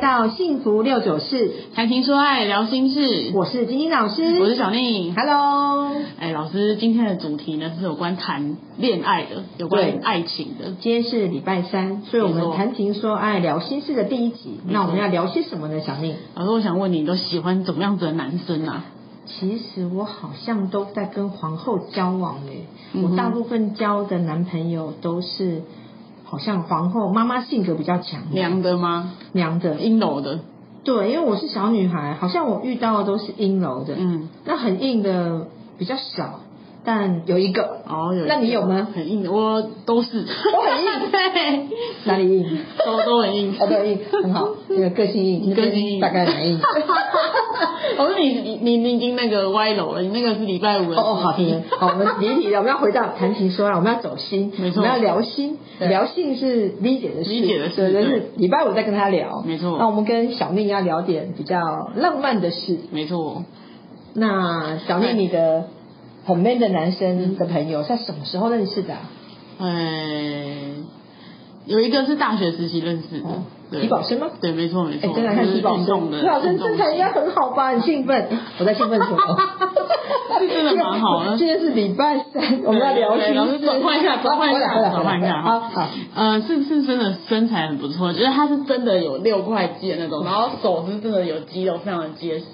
到幸福六九四，谈情说爱聊心事，我是晶晶老师，我是小宁。 Hello。哎，老师，今天的主题呢是有关谈恋爱的，有关对爱情的。今天是礼拜三，所以我没们错谈情说爱聊心事的第一集。没错那我们要聊些什么呢？小宁，老师，我想问你，你都喜欢怎么样子的男生啊？其实我好像都在跟皇后交往诶，嗯哼我大部分交的男朋友都是好像皇后妈妈性格比较强，娘的吗？娘的。阴柔的？对，因为我是小女孩，好像我遇到的都是阴柔的，嗯，那很硬的比较少，但有一个哦，有。那你有吗？很硬的，我都是。我很硬对，哪里硬？ 都都很硬。哦， 对，硬很好，那个个性硬，个性硬大概蛮硬。 老师，哦你你你你已经那个歪楼了，你那个是礼拜五的哦哦，好主题听。好，我们离题了，我们要回到谈情说爱，我们要走心，没我错们要聊心。对聊性是理解的事，理解的事对，就对是礼拜五再跟他聊。没错那我们跟小宁要聊点比较浪漫的事。没错，那小哎宁，你的很 man 的男嗯生的朋友，在什么时候认识的啊？哎，有一个是大学时期认识的哦，对体保生吗？对，没错没哎，错，真的看就是体保运动生，的，体保生运动身材应该很好吧？很兴奋，我在兴奋什么？ 这真的蛮好的 今天是礼拜三，我们要聊心老师事转换一下，转换一好回来下，转换一下好好。呃，是是真的身材很不错，就是他是真的有六块肌的那种，然后手是真的有肌肉，非常的结实。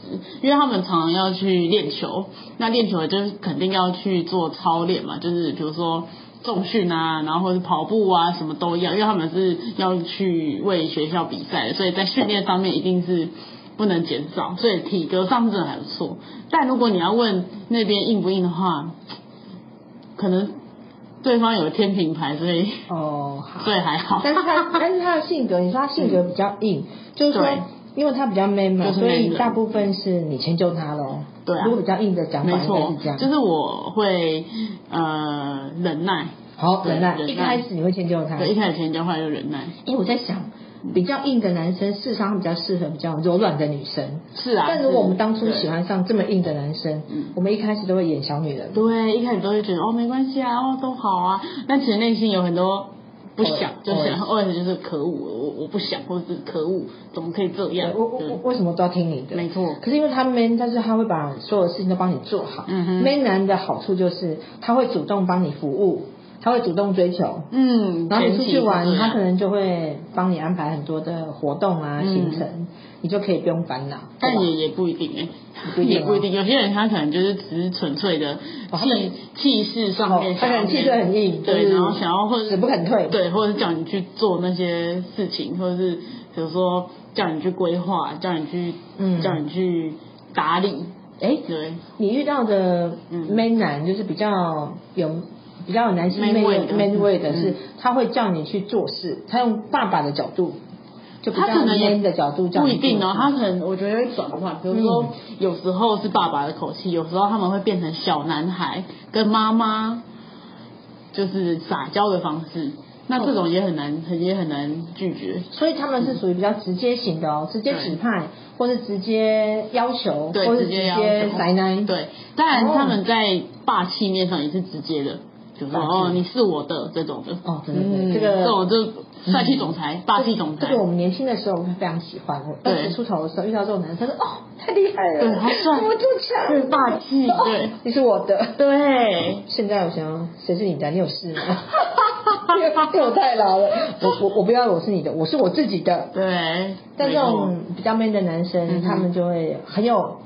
因为他们常常要去练球，那练球就是肯定要去做操练嘛，就是比如说。重训啊，然后或是跑步啊，什么都要，因为他们是要去为学校比赛的，所以在训练上面一定是不能减少，所以体格上是真的还不错。但如果你要问那边硬不硬的话，可能对方有天平牌，所以 哦，好。所以还好。但是他，但是他的性格，你说他性格比较硬，就是说嗯对，因为他比较 man 嘛，就是所 man 以人大部分是你迁就他喽。对啊如果比较硬的讲法没应该错是这样，。就是我会呃忍耐，好，对忍耐。忍一耐开始你会迁就他。对，一开始前交换就忍耐。因为我在想，比较硬的男生，事实上他比较适合比较柔软的女生。是啊，但如果我们当初是喜欢上这么硬的男生嗯，我们一开始都会演小女人。对对，一开始都会觉得哦没关系啊，哦都好啊，但其实内心有很多。不想就想，或者就是可恶，我我不想，或者是可恶，怎么可以这样对？我我我对为什么都要听你的？没错可是因为他 man，但是他会把所有事情都帮你做好。嗯哼 man 男的好处就是他会主动帮你服务，他会主动追求。嗯，然后你前出期去是这玩，他样可能就会帮你安排很多的活动啊、嗯行程，你就可以不用烦恼。但也对吧也不一定哎、不一定也不一哦定。有些人他可能就是只是纯粹的哦他气们气势上面哦，他想可能要变，气质很硬，对，就是然后想要或者死不肯退。对，或者是叫你去做那些事情，或者是比如说叫你去规划，叫你去，嗯叫你去打理，哎，对，你遇到的嗯 man 男就是比较有比较有男性 Man man way 的 man way 的是嗯，他会叫你去做事，他用爸爸的角度，就比他较可能也 man 的角度叫不你一做定哦，事他可能我觉得会转换，比如说嗯有时候是爸爸的口气，有时候他们会变成小男孩跟妈妈就是撒娇的方式，那这种也很难，很也很难拒绝。所以他们是属于比较直接型的哦，直接指派，或是直接要求，对，哦或是直直接接要求塞奶。对，当然哦他们在霸气面上也是直接的，比如说霸气哦，你是我的这种的。哦对对对嗯这个嗯这种就帅气总裁、霸气总裁。这个我们年轻的时候我们非常喜欢，我对二十出头的时候遇到这种男生，说哦太厉害了，对好帅我就强，对霸气哦对你是我的。对，现在我想要，谁是你的？你有事 吗？因为我太老了，我我我不要我是你的，我是我自己的。对。但这没错种比较 man 的男嗯生，哼他们就会很有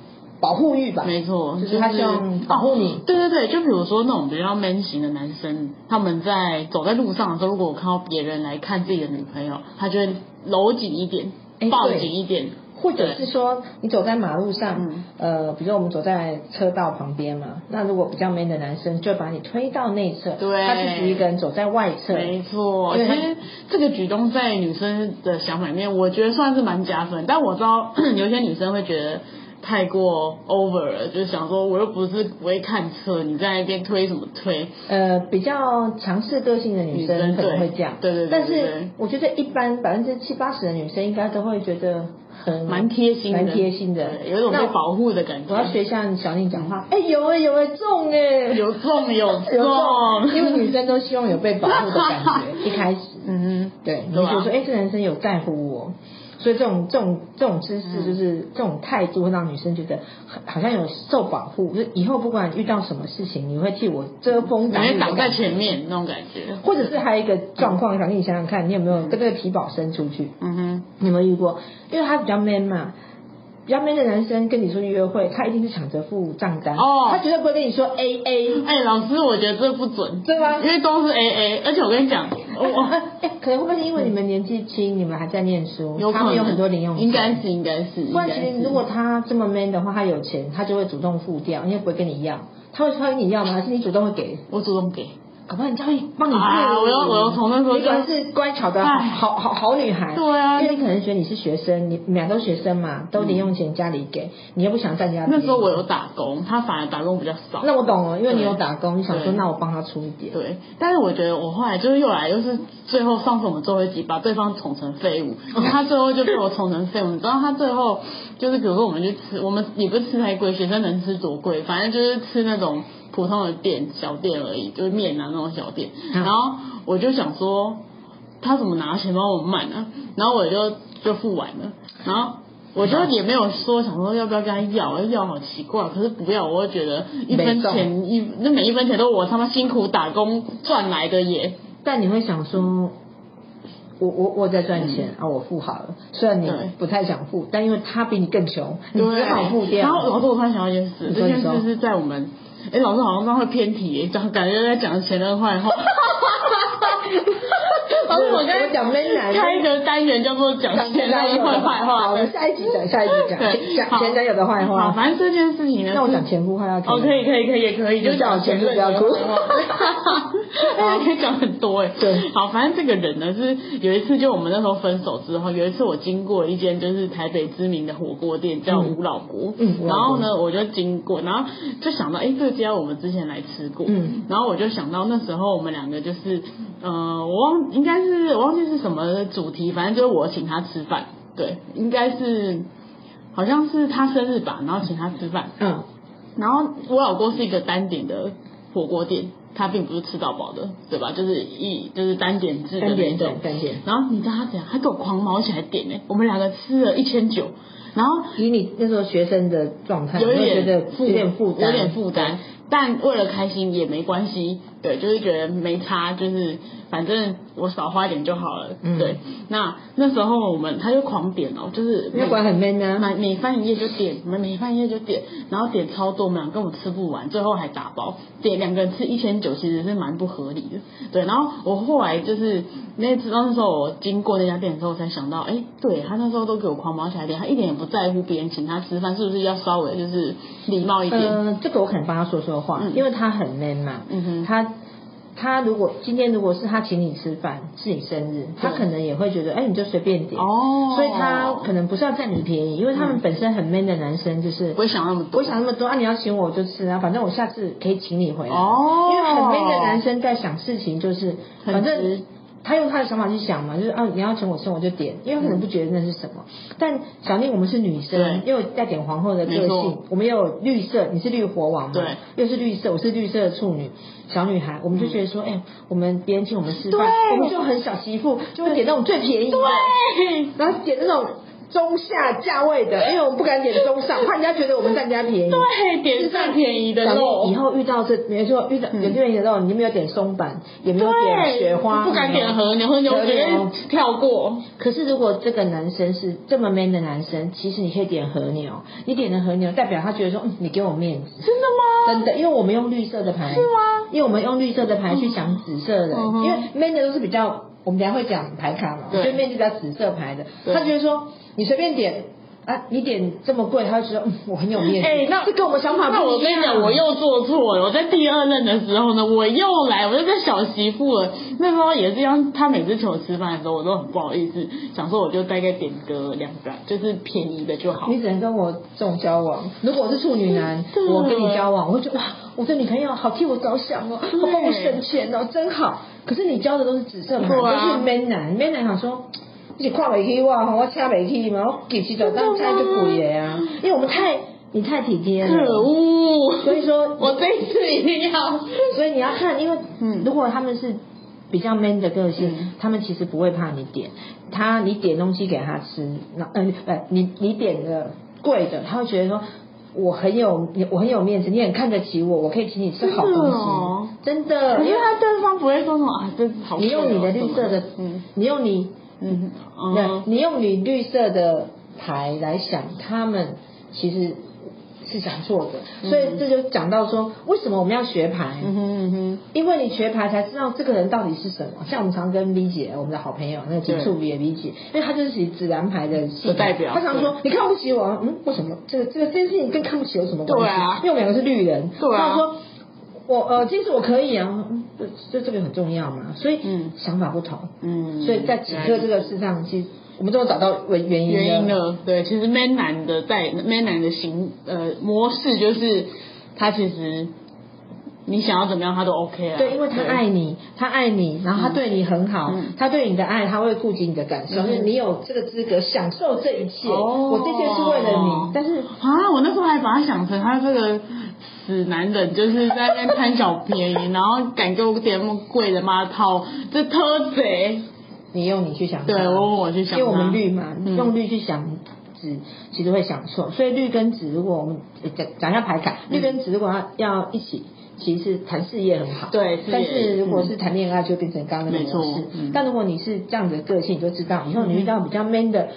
保护欲吧？没错，就是他希望保护你。哦对对对，就比如说那种比较 man 型的男生，他们在走在路上的时候，如果我看到别人来看自己的女朋友，他就会搂紧一点哎，抱对紧一点，或者是说，你走在马路上，嗯呃，比如说我们走在车道旁边嘛，那如果比较 man 的男生就会把你推到内侧，对他自己一个人走在外侧，没错，其对实这个举动在女生的想法里面，我觉得算是蛮加分。但我知道 有些女生会觉得太过 over 了，就是想说我又不是不会看车，你在那边推什么推？呃，比较强势个性的女女生生可能会这样，对对对对但对是我觉得一般百分之七八十的女生应该都会觉得很蛮贴心的，嗯蛮贴心的，对有一种被那保护的感我要觉。学一下小宁讲话，哎、有哎、有哎、中哎、 有中有有中，因为中，女生都希 望有被保护的感觉，一开始。嗯哼，对，你对就啊觉得说，哎、这男生有在乎我，所以这种这种这种姿嗯势，就是、这种态度，会让女生觉得很好像有受保护，就是以后不管遇到什么事情，你会替我遮风感挡雨觉的挡在感觉。前面那种感觉，或者是还有一个状况，想跟你想想看，你有没有跟这个皮宝生出去？嗯哼，你有没有遇过？因为他比较 man 嘛，比较 man 的男生跟你出去约会，他一定是抢着付账单，哦他绝对不会跟你说 A A，哎、老师，我觉得这不准，对啊吧因？为都是 A A，而且我跟你讲，我哦，我哎、 可能会不会是因为你们年纪轻，你们还在念书，有他可们能有很多零用钱，应该是应该是，应不然该其是实如果他这么 man 的话，他有钱，他就会主动付掉，因为不会跟你要。他会他会跟你要吗？还是你主动会给？我主动给，搞不好人家会帮你付。啊我要我要从那时候就你果然是乖巧的好哎好好好女孩。对啊因为你可能觉得你是学生，你你们俩都学生嘛，都零用钱家里给，你又不想占人家。那时候我。有打工，他反而打工比较少，那我懂了，因为你有打工，对你想说对那我帮他出一点。对，但是我觉得我后来就是又来，又是最后上次我们最后一集把对方宠成废物，然后他最后就被我宠成废物。你知道他最后就是，比如说我们去吃，我们也不是吃太贵，学生能吃多贵，反正就是吃那种普通的店小店而已，就是面啊那种小店。嗯然后我就想说，他怎么拿钱帮我买呢？然后我就就付完了，然后。我就也没有说想说要不要跟他要，要好奇怪，可是不要，我就觉得一分没中钱一那每一分钱都我他妈辛苦打工赚来的耶。但你会想说，我我我在赚钱啊，我付好了。虽然你对不太想付，但因为他比你更穷，你对，只好付掉。然后老师，我突然想到一件事，你这说件你说事是在我们，哎，老师好像这样会偏题耶，讲感觉在讲前任坏话。老师，我刚才我讲没男开一个单元叫做讲前任坏坏话。好，我们下一集讲，下一集讲对，讲好前男友的坏好，话。反正这件事情呢，那我是讲前夫坏话可哦，以可吗。以可以可以，也可以，就就叫我前前任任不要 哭哈可以讲很多哎。对好，反正这个人呢是有一次，就我们那时候分手之后，有一次我经过一间就是台北知名的火锅店，叫嗯吴老国。嗯吴老国然后呢，我就经过，然后就想到，哎，这家我们之前来吃过。嗯。然后我就想到那时候我们两个就是，呃，我忘应该是我忘记是什么主题，反正就是我请他吃饭，对，应该是好像是他生日吧，然后请他吃饭。嗯，然后我老公是一个单点的火锅店，他并不是吃到饱的，对吧？就是一就是单点制的单那点种嗯对。单点。然后你知道他怎样？他给我狂毛起来点呢、我们两个吃了一千九，然后以你那时候学生的状态，有一你会觉点得有点负担，有点负担。但为了开心也没关系，对，就是觉得没差，就是反正我少花一点就好了。嗯对，那那时候我们他就狂点哦，就是那管很 man 啊。买每翻一页就点，每每翻一页就点，然后点超多，我们俩根本吃不完，最后还打包，点两个人吃一千九，其实是蛮不合理的。对，然后我后来就是那知道那时候我经过那家店的时候，我才想到，哎，对他那时候都给我狂毛起来点，他一点也不在乎别人请他吃饭，是不是要稍微就是礼貌一点？呃，这个我可能帮他说说话，嗯因为他很 man 嘛。嗯哼他他如果今天如果是他请你吃饭，是你生日，他对可能也会觉得，哎，你就随便点。哦嗯所以他可能不是要占你便宜，因为他们本身很 man 的男生就是不会想那么不多会。想那么多啊，你要请我就吃啊，反正我下次可以请你回来。哦因为很 man 的男生在想事情就是，很反直正他用他的想法去想嘛，就是啊，你要请我吃我就点，因为他可能不觉得那是什么。但小宁我们是女生，嗯对又有带点皇后的个没性错，我们又有绿色，你是绿火王嘛，对，又是绿色，我是绿色的处女小女孩，我们就觉得说，哎，我们别人请我们吃饭，嗯对我们就很小媳妇，就会点那种最便宜的。对，然后点那种中下价位的，哎因为我们不敢点中 上，怕人家觉得我们占人家便宜。对，点最便宜的小肉丽，以后遇到这，比如说遇到嗯有便宜的肉，你就没有点松板，也没有点对，雪花，不敢点和牛，和牛和直接牛。跳过。可是如果这个男生是这么 man 的男生，其实你可以点和牛，你点的和牛代表他觉得说，嗯，你给我面子，真的吗？真的，因为我们用绿色的牌，是吗？因为我们用绿色的牌去讲紫色的，嗯哼因为 man 的都是比较，我们等一下会讲牌卡嘛，对所以 man 就比较紫色牌的，对他觉得说你随便点。啊，你点这么贵，他就觉得嗯，我很有面子。哎那这跟我们想法不一样。啊那我跟你讲，我又做错了。我在第二任的时候呢，我又来，我就变小媳妇了。那时候也是这样，他每次请我吃饭的时候，我都很不好意思，想说我就大概点个两个，就是便宜的就好。你只能跟我这种交往。如果我是处女男，真的我跟你交往，我会觉得哇，我的女朋友好替我着想哦，对好帮我省钱哦，真好。可是你交的都是紫色嘛，对都是啊 man 男，man 男想说。你看不起我，我请不起嘛，我给起就当菜就贵的啊，因为我们太你太体贴 可了，恶！所以说我这一次一定要。所以你要看，因为嗯如果他们是比较 man 的个性，嗯他们其实不会怕你点，他你点东西给他吃，那呃呃你你点的贵的，他会觉得说。我很有我很有面子，你很看得起我，我可以请你吃好东真西的哦，真的。可因是为他对方不会说什么啊，这好贵你哦。用你的什绿么色的，嗯你用你嗯那哦，你用你绿色的牌来想，他们其实是想错的，嗯所以这就讲到说，为什么我们要学牌？嗯哼嗯哼，因为你学牌才知道这个人到底是什么。像我们常跟 V 姐，我们的好朋友，那个接触 V 的 V 姐，因为她就是属于紫蓝牌的系统的代表她常说你看不起我啊，嗯，为什么？这个这个这件事情跟看不起有什么关系？对啊因为我们两个是绿人。对啊她说我呃，其实我可以啊，嗯这这这个很重要嘛，所以嗯想法不同。嗯，所以在请客这个事上，其实我们都有找到原原因原因的。呢，对，其实 man 男的在 man 男的形呃模式就是他其实你想要怎么样他都 OK 啊，对，因为他爱你，他爱你，然后他对你很好，嗯他对你的爱，他会顾及你的感受，嗯就是你有这个资格享受这一切。哦我这些是为了你，但是啊，我那时候还把他想成他这个死男人，就是在那边贪小便宜， 然后敢给我点那么贵的妈套，这偷贼，你用你去享受，对我问我去因想他，为嗯我们绿嘛，嗯用绿去想。紫其实会享受，所以绿跟紫，如果我们呃讲讲一下牌卡，嗯绿跟紫如果要要一起，其实是谈事业很好，对事业但是如果是谈恋爱，就变成刚刚那个模式没错。嗯但如果你是这样子的个性，你就知道以后你遇到比较 man 的，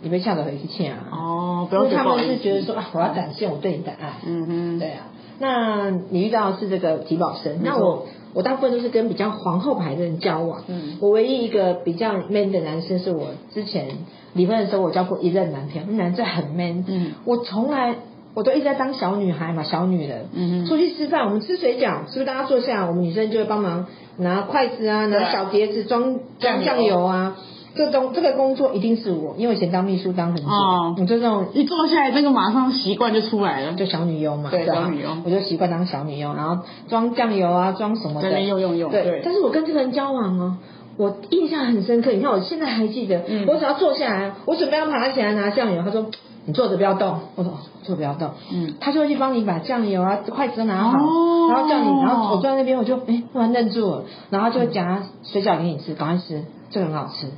你被吓得回去欠啊。嗯哦，不因为要觉得他不好们意思是觉得说啊，我要展现我对你的爱，嗯哼，对啊。那你遇到的是这个提保生，没错那我我大部分都是跟比较皇后牌的人交往。嗯我唯一一个比较 man 的男生是我之前离婚的时候，我交过一任男朋友，那男生很 man。嗯我从来我都一直在当小女孩嘛，小女人。嗯出哼，去吃饭，我们吃水饺，是不是大家坐下来，我们女生就会帮忙拿筷子啊，对拿小碟子装装酱油酱油啊？这东这个工作一定是我，因为我以前当秘书当很久，哦你就这种一坐下来那个马上习惯就出来了，就小女优嘛，对吧小女佣我就习惯当小女优，然后装酱油啊，装什么在那的，边用用用，对，但是我跟这个人交往哦，我印象很深刻。你看我现在还记得，嗯我只要坐下来，我准备要爬起来拿酱油，他说你坐着不要动，我说哦坐着不要动，嗯，他就会去帮你把酱油啊筷子都拿好，哦然后叫你，然后我坐在那边我就哎突然愣住了，然后他就会夹水饺给你吃，赶快吃，这个很好吃，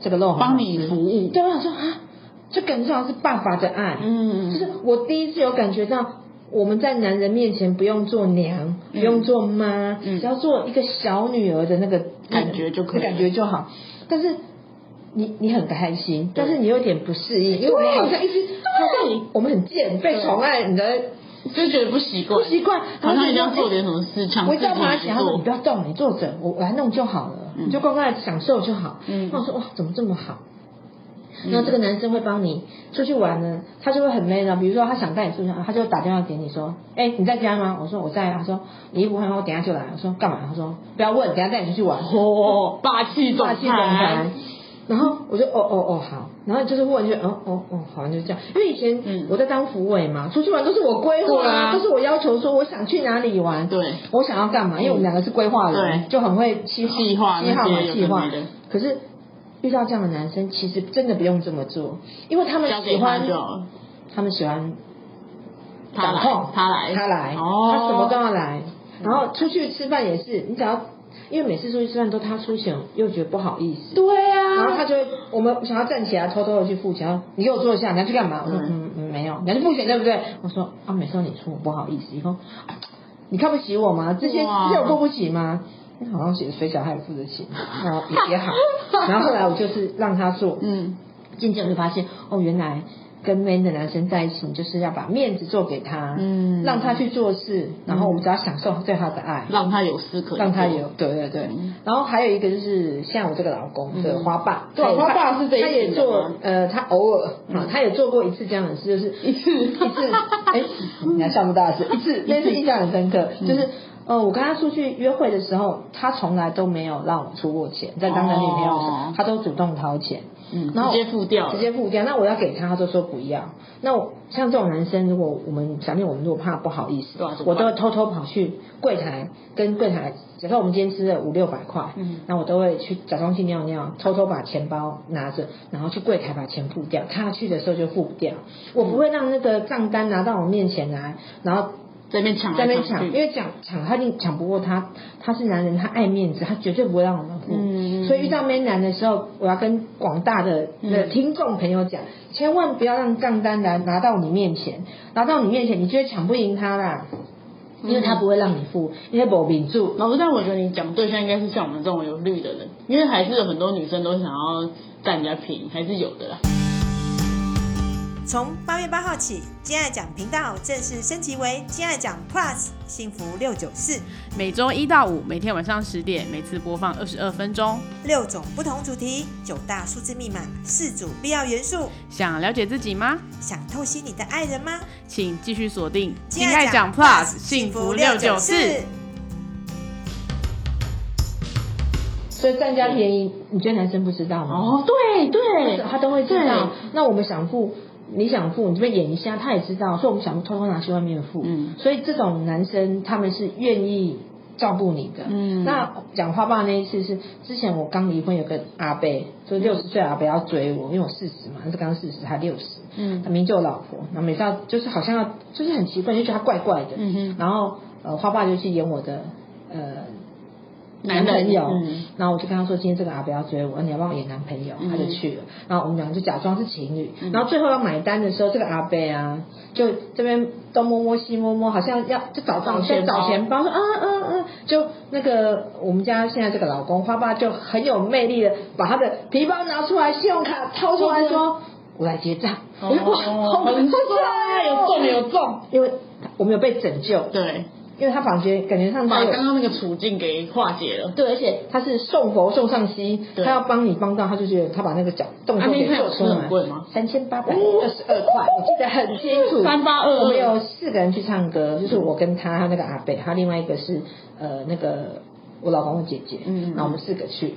这个肉很好吃帮你服务对，我想说啊，这感受到是爸爸的爱，嗯就是我第一次有感觉到。我们在男人面前不用做娘，不嗯用做妈，嗯只要做一个小女儿的那个感觉就可以感觉就好。但是你你很开心，对但是你有点不适应，因为我们好像一直好像我们很贱，被宠爱，你的就觉得不习不惯，习惯，好像一然定要后就做觉得点什么事，强我制一自己到爬起来，他说你做不，要动，你坐着，我我来弄就好了，嗯你就乖乖地享受就好。嗯那我说哇，怎么这么好？嗯然后这个男生会帮你出去玩呢，他就会很 man 啊。比如说他想带你出去，他就打电话给你说：“哎、你在家吗？”我说：“我在啊。”他说：“你衣服换好，我等一下就来。”我说：“干嘛？”他说：“不要问，等一下带你出去 玩。”哦，霸气总霸气总裁裁，。然后我就哦哦哦好，然后就是忽然就哦哦哦好像就这样，因为以前嗯我在当辅委嘛，出去玩都是我规划对啊，啊都是我要求说我想去哪里玩，对，我想要干嘛，因为我们两个是规划人，嗯对就很会计计划计划嘛那些有的计划没的。可是遇到这样的男生，其实真的不用这么做，因为他们交喜给他欢就好了。他们喜欢他掌来控，，他来，他来，哦，嗯他什么都要来。然后出去吃饭也是，你只要因为每次出去吃饭都他出钱，又觉得不好意思。对啊，然后他就会，我们想要站起来，偷偷的去付钱。然后你给我坐下，你要去干嘛？我说嗯嗯嗯没有，你要去付钱对不对？我说啊，每次都你出，我不好意思。以后你看不起我吗？这些哇这些我过不起吗？那好像写水饺还有付得 起，然后也也好。然后后来我就是让他做，嗯，渐渐我就发现，哦，原来跟 man 的男生在一起，你就是要把面子做给他，嗯让他去做事，然后我们只要享受对他的爱，让他有事可以做让他有，对对对。嗯然后还有一个就是像我这个老公嗯的花爸，对他也花爸是这一他也群的做吗嗯呃，他偶尔啊，他也做过一次这样的事，就是 一次一次， 哎，你还笑不大声，一次，那次印象很深刻，嗯就是。呃，我跟他出去约会的时候，他从来都没有让我出过钱，在当男女朋友的时候哦，他都主动掏钱。嗯，然后直接付掉了，直接付掉。那我要给他，他就说不要。那我像这种男生，如果我们假定我们如果怕不好意思，对啊怎么我都办会偷偷跑去柜台跟柜台，假设我们今天吃了五六百块，嗯那我都会去假装去尿尿，偷偷把钱包拿着，然后去柜台把钱付掉。他去的时候就付不掉，我不会让那个账单拿到我面前来，然后。在那边抢在来那边抢抢，因去。为抢抢他一定抢不过他，他是男人，他爱面子，他绝对不会让我们付。嗯所以遇到 man 男的时候，我要跟广大的的嗯听众朋友讲，千万不要让杠单男拿到你面前，拿到你面前，你觉得抢不赢他啦，嗯因为他不会让你付，因为不民主。老师，但我觉得你讲对象应该是像我们这种有绿的人，因为还是有很多女生都想要占人家便宜，还是有的啦。从八月八号起，金爱奖频道正式升级为金爱奖 Plus，幸福六九四，每周一到五，每天晚上十点，每次播放二十二分钟。六种不同主题，九大数字密码，四组必要元素。想了解自己吗？想透析你的爱人吗？请继续锁定“金金爱爱奖奖 Plus Plus，幸幸福福六六九九四四”。。所以占家便宜，你觉得男生不知道吗？哦，对对，他都会知道对。那我们想付，你想付，你这边演一下，他也知道，所以我们想偷偷拿去外面付。嗯所以这种男生他们是愿意照顾你的。嗯那讲花爸那一次是之前我刚离婚，有个阿伯，就嗯六十岁阿伯要追我，因为我四十嘛，那是刚四十，他六十。嗯他明明就有老婆，然后每次要就是好像要就是很奇怪，就觉得他怪怪的。嗯哼然后呃，花爸就去演我的呃男男人朋友，嗯然后我就跟他说，今天这个阿伯要追我，你要帮我演男朋友，嗯他就去了。然后我们两个就假装是情侣，然后最后要买单的时候，这个阿伯啊，就这边东摸摸西摸摸，好像要就找找找钱在包找钱包，说啊啊哦啊，就那个我们家现在这个老公花爸就很有魅力的把他的皮包拿出来，信用卡掏出来说，我来结账。哦我就哇，好很帅帅，有中有中。因为我们有被拯救，对，因为他感觉感觉上他把有刚刚那个处境给化解了。对，而且他是送佛送上西，对他要帮你帮到，他就觉得他把那个脚动作啊那一给块做出来有很贵吗。哦三千八百二十二块，我记得很清楚。 3822我们有四个人去唱歌，就是我跟他，他那个阿贝，他另外一个是呃那个我老公的姐姐，嗯嗯嗯然后我们四个去。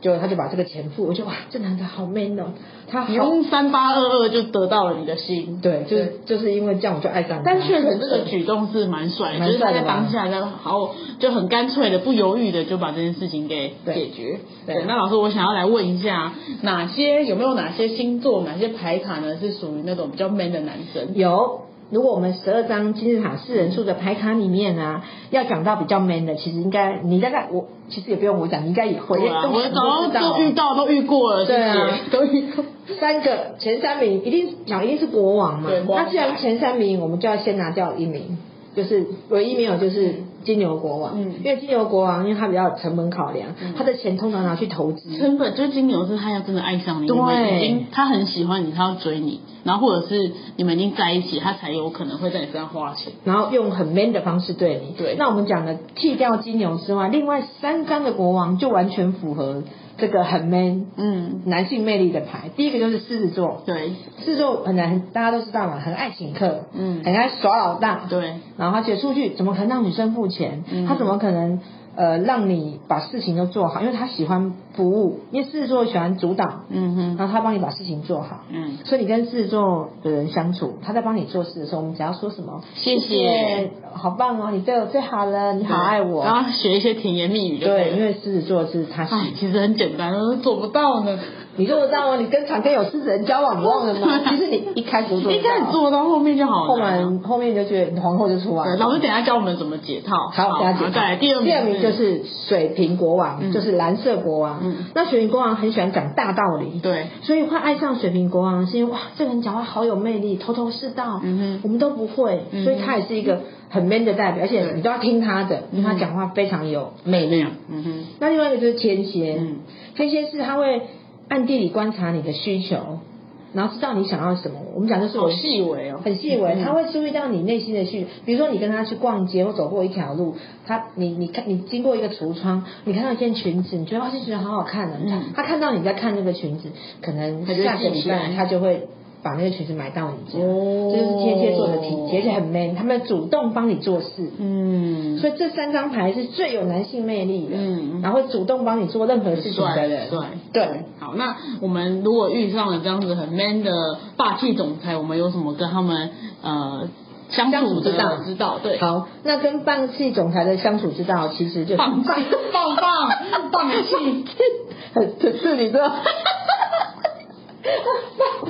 结果他就把这个钱付，我就哇，这男的好 man 哦，他你好用三八二二就得到了你的心，对，就是就是因为这样我就爱上他。但确实这个举动是蛮帅，的，蛮就是他帅的吧在当下就好，就很干脆的、不犹豫的就把这件事情给对解决。对那老师，我想要来问一下，哪些有没有哪些星座、哪些牌卡呢是属于那种比较 man 的男生？有，如果我们十二张金字塔四人数的牌卡里面啊，要讲到比较 man 的，其实应该你大概我其实也不用我讲，你应该也会，对啊，因为我都早知道都遇到都遇过了，谢对啊谢，都遇过。三个前三名一定讲一定是国王嘛对，国王那既然前三名，我们就要先拿掉一名，就是唯一没有就是金牛国王，嗯因为金牛国王因为他比较有成本考量，嗯他的钱通常拿去投资，成本就是金牛是他要真的爱上你，对你们已经他很喜欢你，他要追你，然后或者是你们已经在一起，他才有可能会在你身上花钱。然后用很 man 的方式对你。对那我们讲的剃掉金牛之外，另外三张的国王就完全符合这个很 man 嗯，男性魅力的牌。第一个就是狮子座，对，狮子座很难，大家都知道嘛，很爱请客，嗯很爱耍老大，对，然后而且出去怎么可能让女生付钱？嗯他怎么可能呃让你把事情都做好？因为他喜欢服务，因为狮子座喜欢主导，嗯哼。然后他帮你把事情做好。嗯所以你跟狮子座的人相处，他在帮你做事的时候，我们只要说什么谢谢好棒哦，你对我最好了，你好爱我。然后学一些甜言蜜语就可以对，了因为狮子座是他喜哎，其实很简单，我做不到呢。你做得到哦，你跟常跟有狮子人交往，你忘了 吗？其实你一开始就做得一到开始，做到后面就好后难哦面后面就觉得皇后就出来对了。老师等一下教我们怎么解套。好，大家解然后再来第二名，第二名就是水瓶国王，嗯就是蓝色国王。嗯那水瓶国王很喜欢讲大道理，对，所以会爱上水瓶国王，是因为哇，这个人讲话好有魅力，头头是道，嗯哼我们都不会，嗯哼所以他也是一个很 man 的代表，而且对你都要听他的，因为他嗯讲话非常有魅力。嗯哼，那另外一个就是天蝎，嗯天蝎是他会暗地里观察你的需求，然后知道你想要什么。我们讲的是好我细微哦，很细微，嗯他会注意到你内心的需，比如说你跟他去逛街或走过一条路，他你你看你经过一个橱窗，你看到一件裙子，你觉得哇这裙子好好看的、嗯他看到你在看那个裙子，可能他就会下个记礼起来拜他就会。把那个裙子买到你家，哦这就是天蝎座的体贴，而且很 man，他们主动帮你做事，嗯，所以这三张牌是最有男性魅力的，嗯然后会主动帮你做任何事情的帅人，帅对，好，那我们如果遇上了这样子很 man 的霸气总裁，我们有什么跟他们呃相相处处的之道知道？对，好，那跟霸气总裁的相处之道，其实就是棒棒 棒棒棒气，很很是你知道。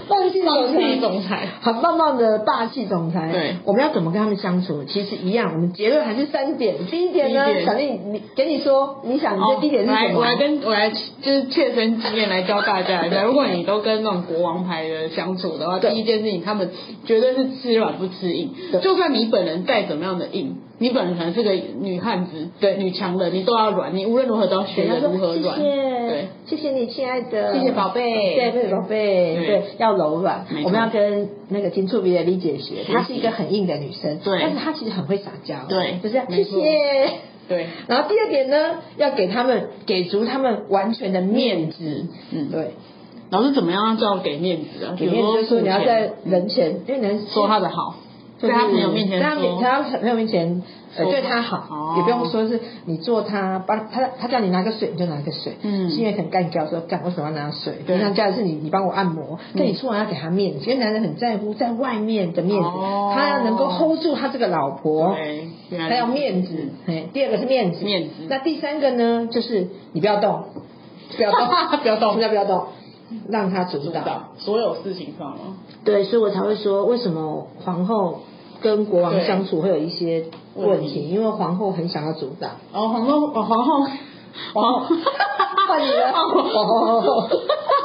霸气总霸气裁，总裁，很棒棒的霸气总裁。对，我们要怎么跟他们相处？其实一样，我们结论还是三点。第一点呢第一，点小丽，你给你说，你想你哦的第一点是什么？啊我来我来跟我来就是切身经验来教大家一下，如果你都跟那种国王牌的相处的话，对第一件事情他们绝对是吃软不吃硬对，就算你本人再怎么样的硬，你本人可能是个女汉子，对女强人，你都要软，你无论如何都要学对着他说如何软，谢对谢，谢谢你亲爱的，谢谢宝贝对，谢谢宝贝，对对，要柔软没。错我们要跟那个金触鼻的李姐学，习她是一个很硬的女生，对但是她其实很会撒娇，对就是这样没谢错谢。对，然后第二点呢，要给他们给足他们完全的面子，嗯对，老师怎么样就要给面子啊，给面子就是说比你如要付钱在人前，因为人说他的好，在他朋友面前在他说面，在他朋友面前，呃，说对他好哦，也不用说是你做他，把他他叫你拿个水，你就拿个水，嗯是因为很干掉说干为什么要拿水？对嗯平常叫的是你你帮我按摩，但你出门要给他面子，因为男人很在乎在外面的面子哦，他要能够 hold 住他这个老婆，对，原来还有面子，嘿，第二个是面子，面子那第三个呢，就是你不要动，不要 动，不要动什么叫 不要动？让他主知导。道所有事情上了。对，所以我才会说，为什么皇后跟国王对相处会有一些问问题？题因为皇后很想要主导。哦，皇后，哦皇后，皇后，啊换你了皇后，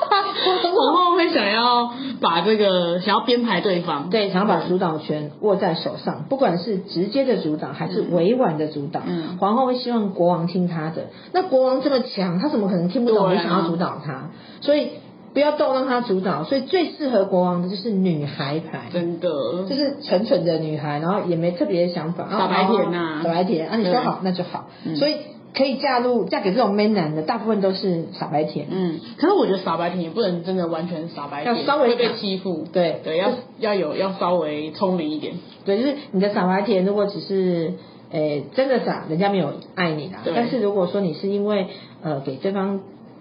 皇后会想要把这个想要编排对方， 对，想要把主导权握在手上，不管是直接的主导还是委婉的主导，嗯皇后会希望国王听她的。那国王这么强，他怎么可能听不懂对你啊想要主导他？所以不要动，让他主导。所以最适合国王的就是女孩牌，真的，就是蠢蠢的女孩，然后也没特别的想法，傻嗯白甜呐啊，傻白甜啊，你说对好那就好，嗯所以可以嫁入嫁给这种 man 男的，大部分都是傻白甜，嗯，可是我觉得傻白甜也不能真的完全傻白甜，要稍微会被欺负，对对，要要有要稍微聪明一点，对，就是你的傻白甜如果只是。诶，真的傻，人家没有爱你啦。对但是如果说你是因为呃给对方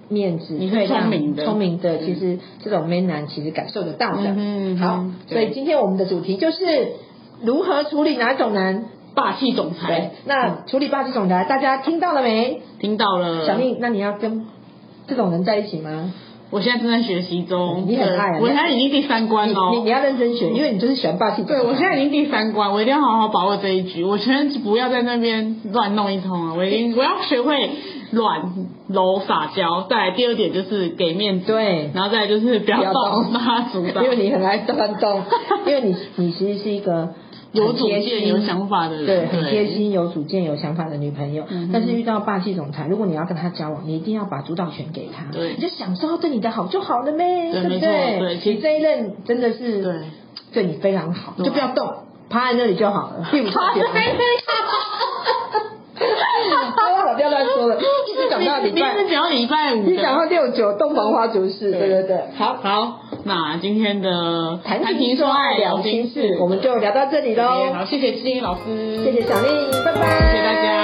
面子，你是退让聪明的聪明的，嗯其实这种 man 男其实感受得到的。嗯哼嗯哼好，所以对今天我们的主题就是如何处理哪种男。霸气总对裁，，那处理霸气总裁，大家听到了没？听到了，小丽，那你要跟这种人在一起吗？我现在正在学习中，你很对爱啊我现在已经第三关你喽，你你要认真学，因为你就是喜欢霸气。嗯哦对，我现在已经第三关，我一定要好好把握这一局。我全不要在那边乱弄一通了，啊我已经我要学会软柔撒娇。再来第二点就是给面子，对然后再来就是不不要要动，动让他主导因。为你很爱乱 动，因为你你其实是一个有很主贴见、心有想法的人，对，很贴心、有主见、有想法的女朋友。嗯哼但是遇到霸气总裁，如果你要跟他交往，你一定要把主导权给他，对你就享受他对你的好就好了呗，对不没错对其实你这一任真的对。是对，对你非常好，对就不要动，趴在那里就好了。第五趴在那里 好了，不要乱说了，一直讲到礼拜 明明，是讲到礼拜五 的，一直讲到六九洞房花烛事，对对对。好，好，那今天的谈情说爱聊心事，我们就聊到这里这边喽。好，谢谢志英老师，谢谢小丽，拜拜，谢谢大家。